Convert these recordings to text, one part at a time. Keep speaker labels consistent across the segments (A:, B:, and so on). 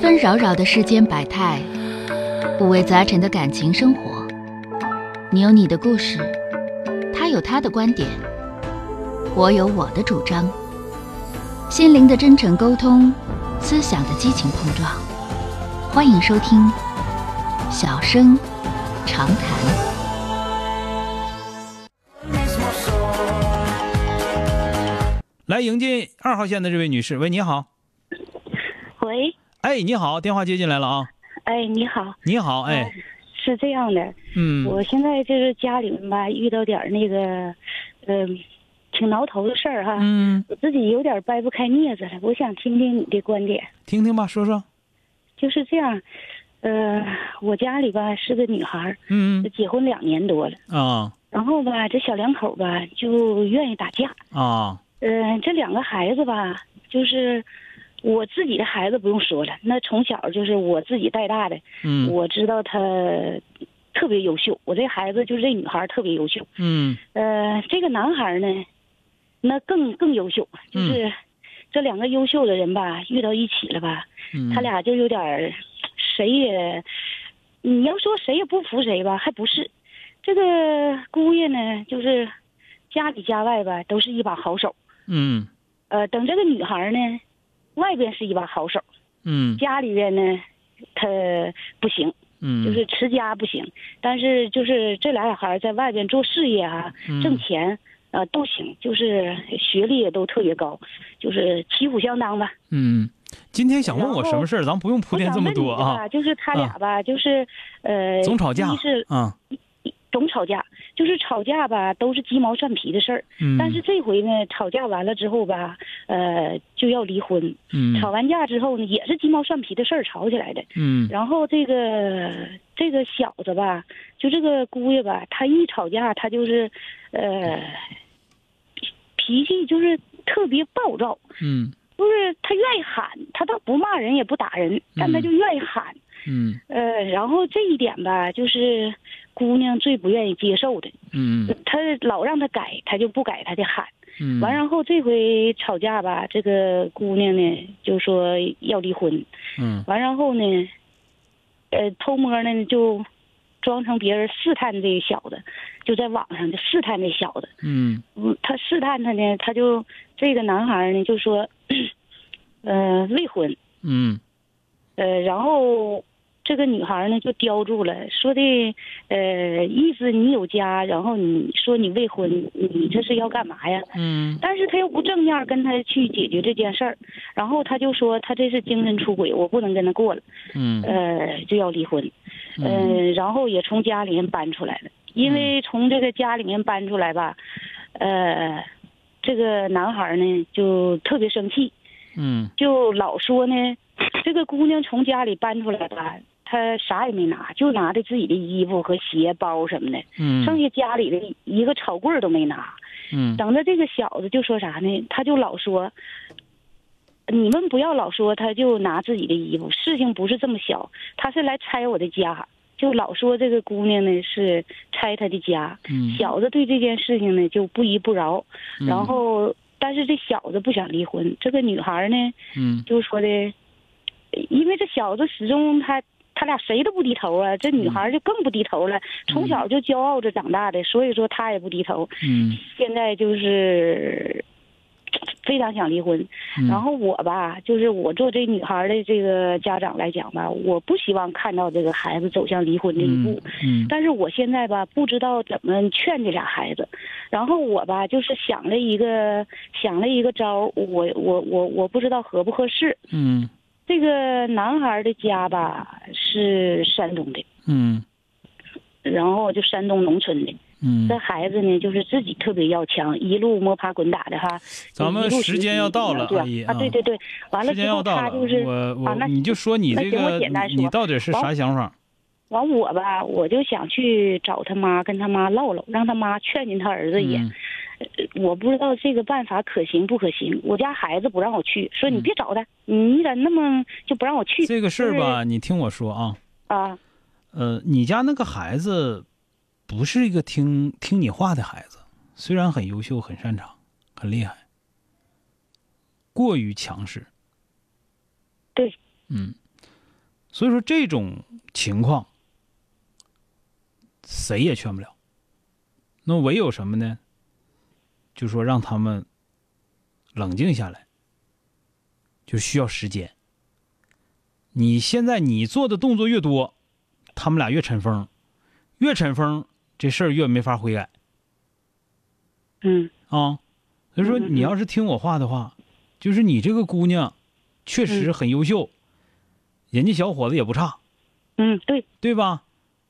A: 纷扰扰的世间百态，五味杂陈的感情生活。你有你的故事，他有他的观点，我有我的主张。心灵的真诚沟通，思想的激情碰撞。欢迎收听《小声长谈》。
B: 来迎接二号线的这位女士，喂，你好，
C: 喂，
B: 哎，你好，电话接进来了啊，
C: 哎，你好，
B: 你好，哎，
C: 是这样的，
B: 嗯，
C: 我现在就是家里面吧，遇到点儿那个，嗯、挺挠头的事儿哈，
B: 嗯，
C: 我自己有点掰不开镊子了，我想听听你的观点，
B: 听听吧，说说，
C: 就是这样，呃，我家里吧是个女孩儿，
B: 嗯
C: 结婚两年多了，
B: 啊
C: 然后吧这小两口吧就愿意打架，
B: 啊，
C: 嗯、这两个孩子吧就是。我自己的孩子不用说了，那从小就是我自己带大的，
B: 嗯
C: 我知道她特别优秀，我这孩子就是这女孩特别优秀。
B: 嗯
C: 呃，这个男孩呢，那更更优秀，
B: 嗯
C: 就是这两个优秀的人吧，遇到一起了吧，
B: 嗯，
C: 他俩就有点儿谁也，你要说谁也不服谁吧，还不是。这个姑爷呢，就是家里家外吧，都是一把好手。
B: 嗯
C: 呃，等这个女孩呢，外边是一把好手，
B: 嗯
C: 家里边呢，她不行。
B: 嗯，
C: 就是持家不行，但是就是这俩小孩在外边做事业啊，
B: 嗯
C: 挣钱呃都行，就是学历也都特别高，就是旗鼓相当吧。
B: 嗯，今天想问我
C: 然后
B: 什么事儿，咱不用铺
C: 我
B: 垫
C: 想
B: 这么
C: 问你
B: 多
C: 的
B: 啊
C: 吧，，就是他俩吧，就是呃，
B: 总吵架
C: 一是
B: 啊，
C: 总吵架，就是吵架吧，都是鸡毛蒜皮的事儿。
B: 嗯，
C: 但是这回呢，吵架完了之后吧，呃，就要离婚。
B: 嗯
C: 吵完架之后呢，也是鸡毛蒜皮的事儿吵起来的。
B: 嗯
C: 然后这个这个小子吧，就这个姑爷吧，他一吵架，他就是，呃，脾气就是特别暴躁，
B: 嗯
C: 就是他愿意喊，他倒不骂人也不打人，但他就愿意喊。
B: 嗯
C: 呃，然后这一点吧，就是姑娘最不愿意接受的，
B: 嗯
C: 他老让他改，他就不改，他就喊。
B: 嗯，
C: 完，然后这回吵架吧，这个姑娘呢就说要离婚，
B: 嗯
C: 完然后呢，呃，偷摸呢就装成别人试探这小子，就在网上就试探这小子。
B: 嗯
C: 嗯，他试探他呢，他就这个男孩呢就说， 呃，未婚，
B: 嗯
C: 呃，然后这个女孩呢就叼住了，说的，呃，意思你有家，然后你说你未婚，你这是要干嘛呀？
B: 嗯
C: 但是他又不正面跟他去解决这件事儿，然后他就说他这是精神出轨，我不能跟他过了。
B: 嗯
C: 呃，就要离婚，
B: 嗯
C: 呃，然后也从家里面搬出来了，因为从这个家里面搬出来吧，呃，这个男孩呢就特别生气，
B: 嗯
C: 就老说呢， 这个姑娘从家里搬出来吧，她啥也没拿，就拿着自己的衣服和鞋包什么的，
B: 嗯，
C: 剩下家里的一个草棍儿都没拿。
B: 嗯
C: 等着这个小子就说啥呢？他就老说，你们不要老说，他就拿自己的衣服。事情不是这么小，他是来拆我的家，就老说这个姑娘呢是拆他的家。
B: 嗯，
C: 小子对这件事情呢就不依不饶，
B: 嗯
C: 然后但是这小子不想离婚，这个女孩呢
B: 嗯
C: 就说的，因为这小子始终他。他俩谁都不低头啊，这
B: 嗯
C: 女孩就更不低头了。从小就骄傲着长大的，所以说他也不低头。
B: 嗯，
C: 现在就是非常想离婚。
B: 嗯
C: 然后我吧，就是我做这女孩的这个家长来讲吧，我不希望看到这个孩子走向离婚这一步。
B: 嗯
C: 但是我现在吧，不知道怎么劝这俩孩子。然后我吧，就是想了一个想了一个招儿，我我我我不知道合不合适。
B: 嗯
C: 这个男孩的家吧是山东的，
B: 嗯
C: 然后就山东农村的。
B: 嗯
C: 这，孩子呢，就是自己特别要强，一路摸爬滚打的哈。
B: 咱们
C: 一路
B: 时间要到了，
C: 对吧
B: 阿姨嗯
C: 啊，对对对，完了
B: 时间
C: 之
B: 要
C: 后
B: 到
C: 他
B: 了，
C: 就是
B: 我
C: 啊
B: 我
C: 那
B: 你就说你
C: 那
B: 这
C: 行我
B: 个
C: 简单说
B: 你到底是啥想法？
C: 完我吧，我就想去找他妈，跟他妈唠唠，让他妈劝劝他儿子也。
B: 嗯
C: 我不知道这个办法可行不可行。我家孩子不让我去，说你别找他，你咋那么就不让我去
B: 嗯这个事儿
C: 就
B: 吧，你听我说啊，
C: 啊？
B: 呃，你家那个孩子不是一个听听你话的孩子，虽然很优秀、很擅长、很厉害，过于强势。
C: 对，
B: 嗯，所以说这种情况，谁也劝不了。那唯有什么呢？就说让他们冷静下来，就需要时间。你现在你做的动作越多，他们俩越尘封，越尘封，这事儿越没法悔改
C: 嗯
B: 啊。所以说，
C: 嗯嗯嗯
B: 你要是听我话的话，就是你这个姑娘确实很优秀，人家小伙子也不差，
C: 嗯，对，
B: 对吧？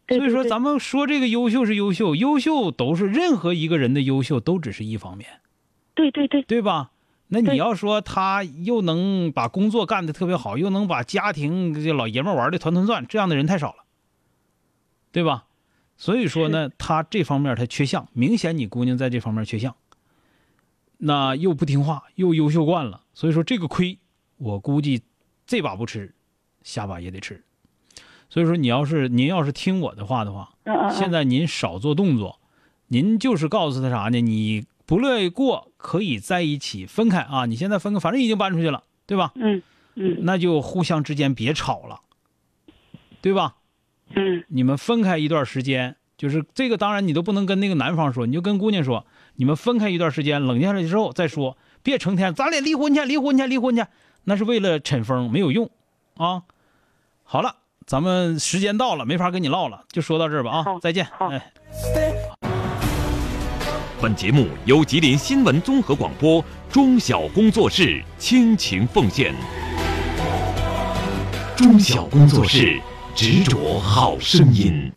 C: 对
B: 所以说，
C: 对对
B: 咱们说这个优秀是优秀，优秀都是任何一个人的优秀都只是一方面，
C: 对对对，
B: 对吧？那你
C: 对
B: 要说他又能把工作干得特别好，又能把家庭这老爷们儿玩的团团转，这样的人太少了，对吧？所以说呢，他这方面他缺项，明显你姑娘在这方面缺项，那又不听话，又优秀惯了，所以说这个亏，我估计这把不吃，下把也得吃。所以说，你要是您要是听我的话的话，
C: 嗯嗯
B: 现
C: 嗯，
B: 在您少做动作，您就是告诉他啥呢？你不乐意过，可以在一起分开啊。你现在分开，反正已经搬出去了，对吧？
C: 嗯嗯
B: 那就互相之间别吵了，对吧？
C: 嗯
B: 你们分开一段时间，就是这个，当然你都不能跟那个男方说，你就跟姑娘说，你们分开一段时间，冷静下来之后再说，别成天咱俩离婚去，离婚去，离婚去，那是为了逞风，没有用啊。好了，咱们时间到了，没法跟你唠了，就说到这儿吧啊
C: 好，
B: 再见，
C: 好
B: 哎。
D: 本节目由吉林新闻综合广播中小工作室倾情奉献。中小工作室执着好声音。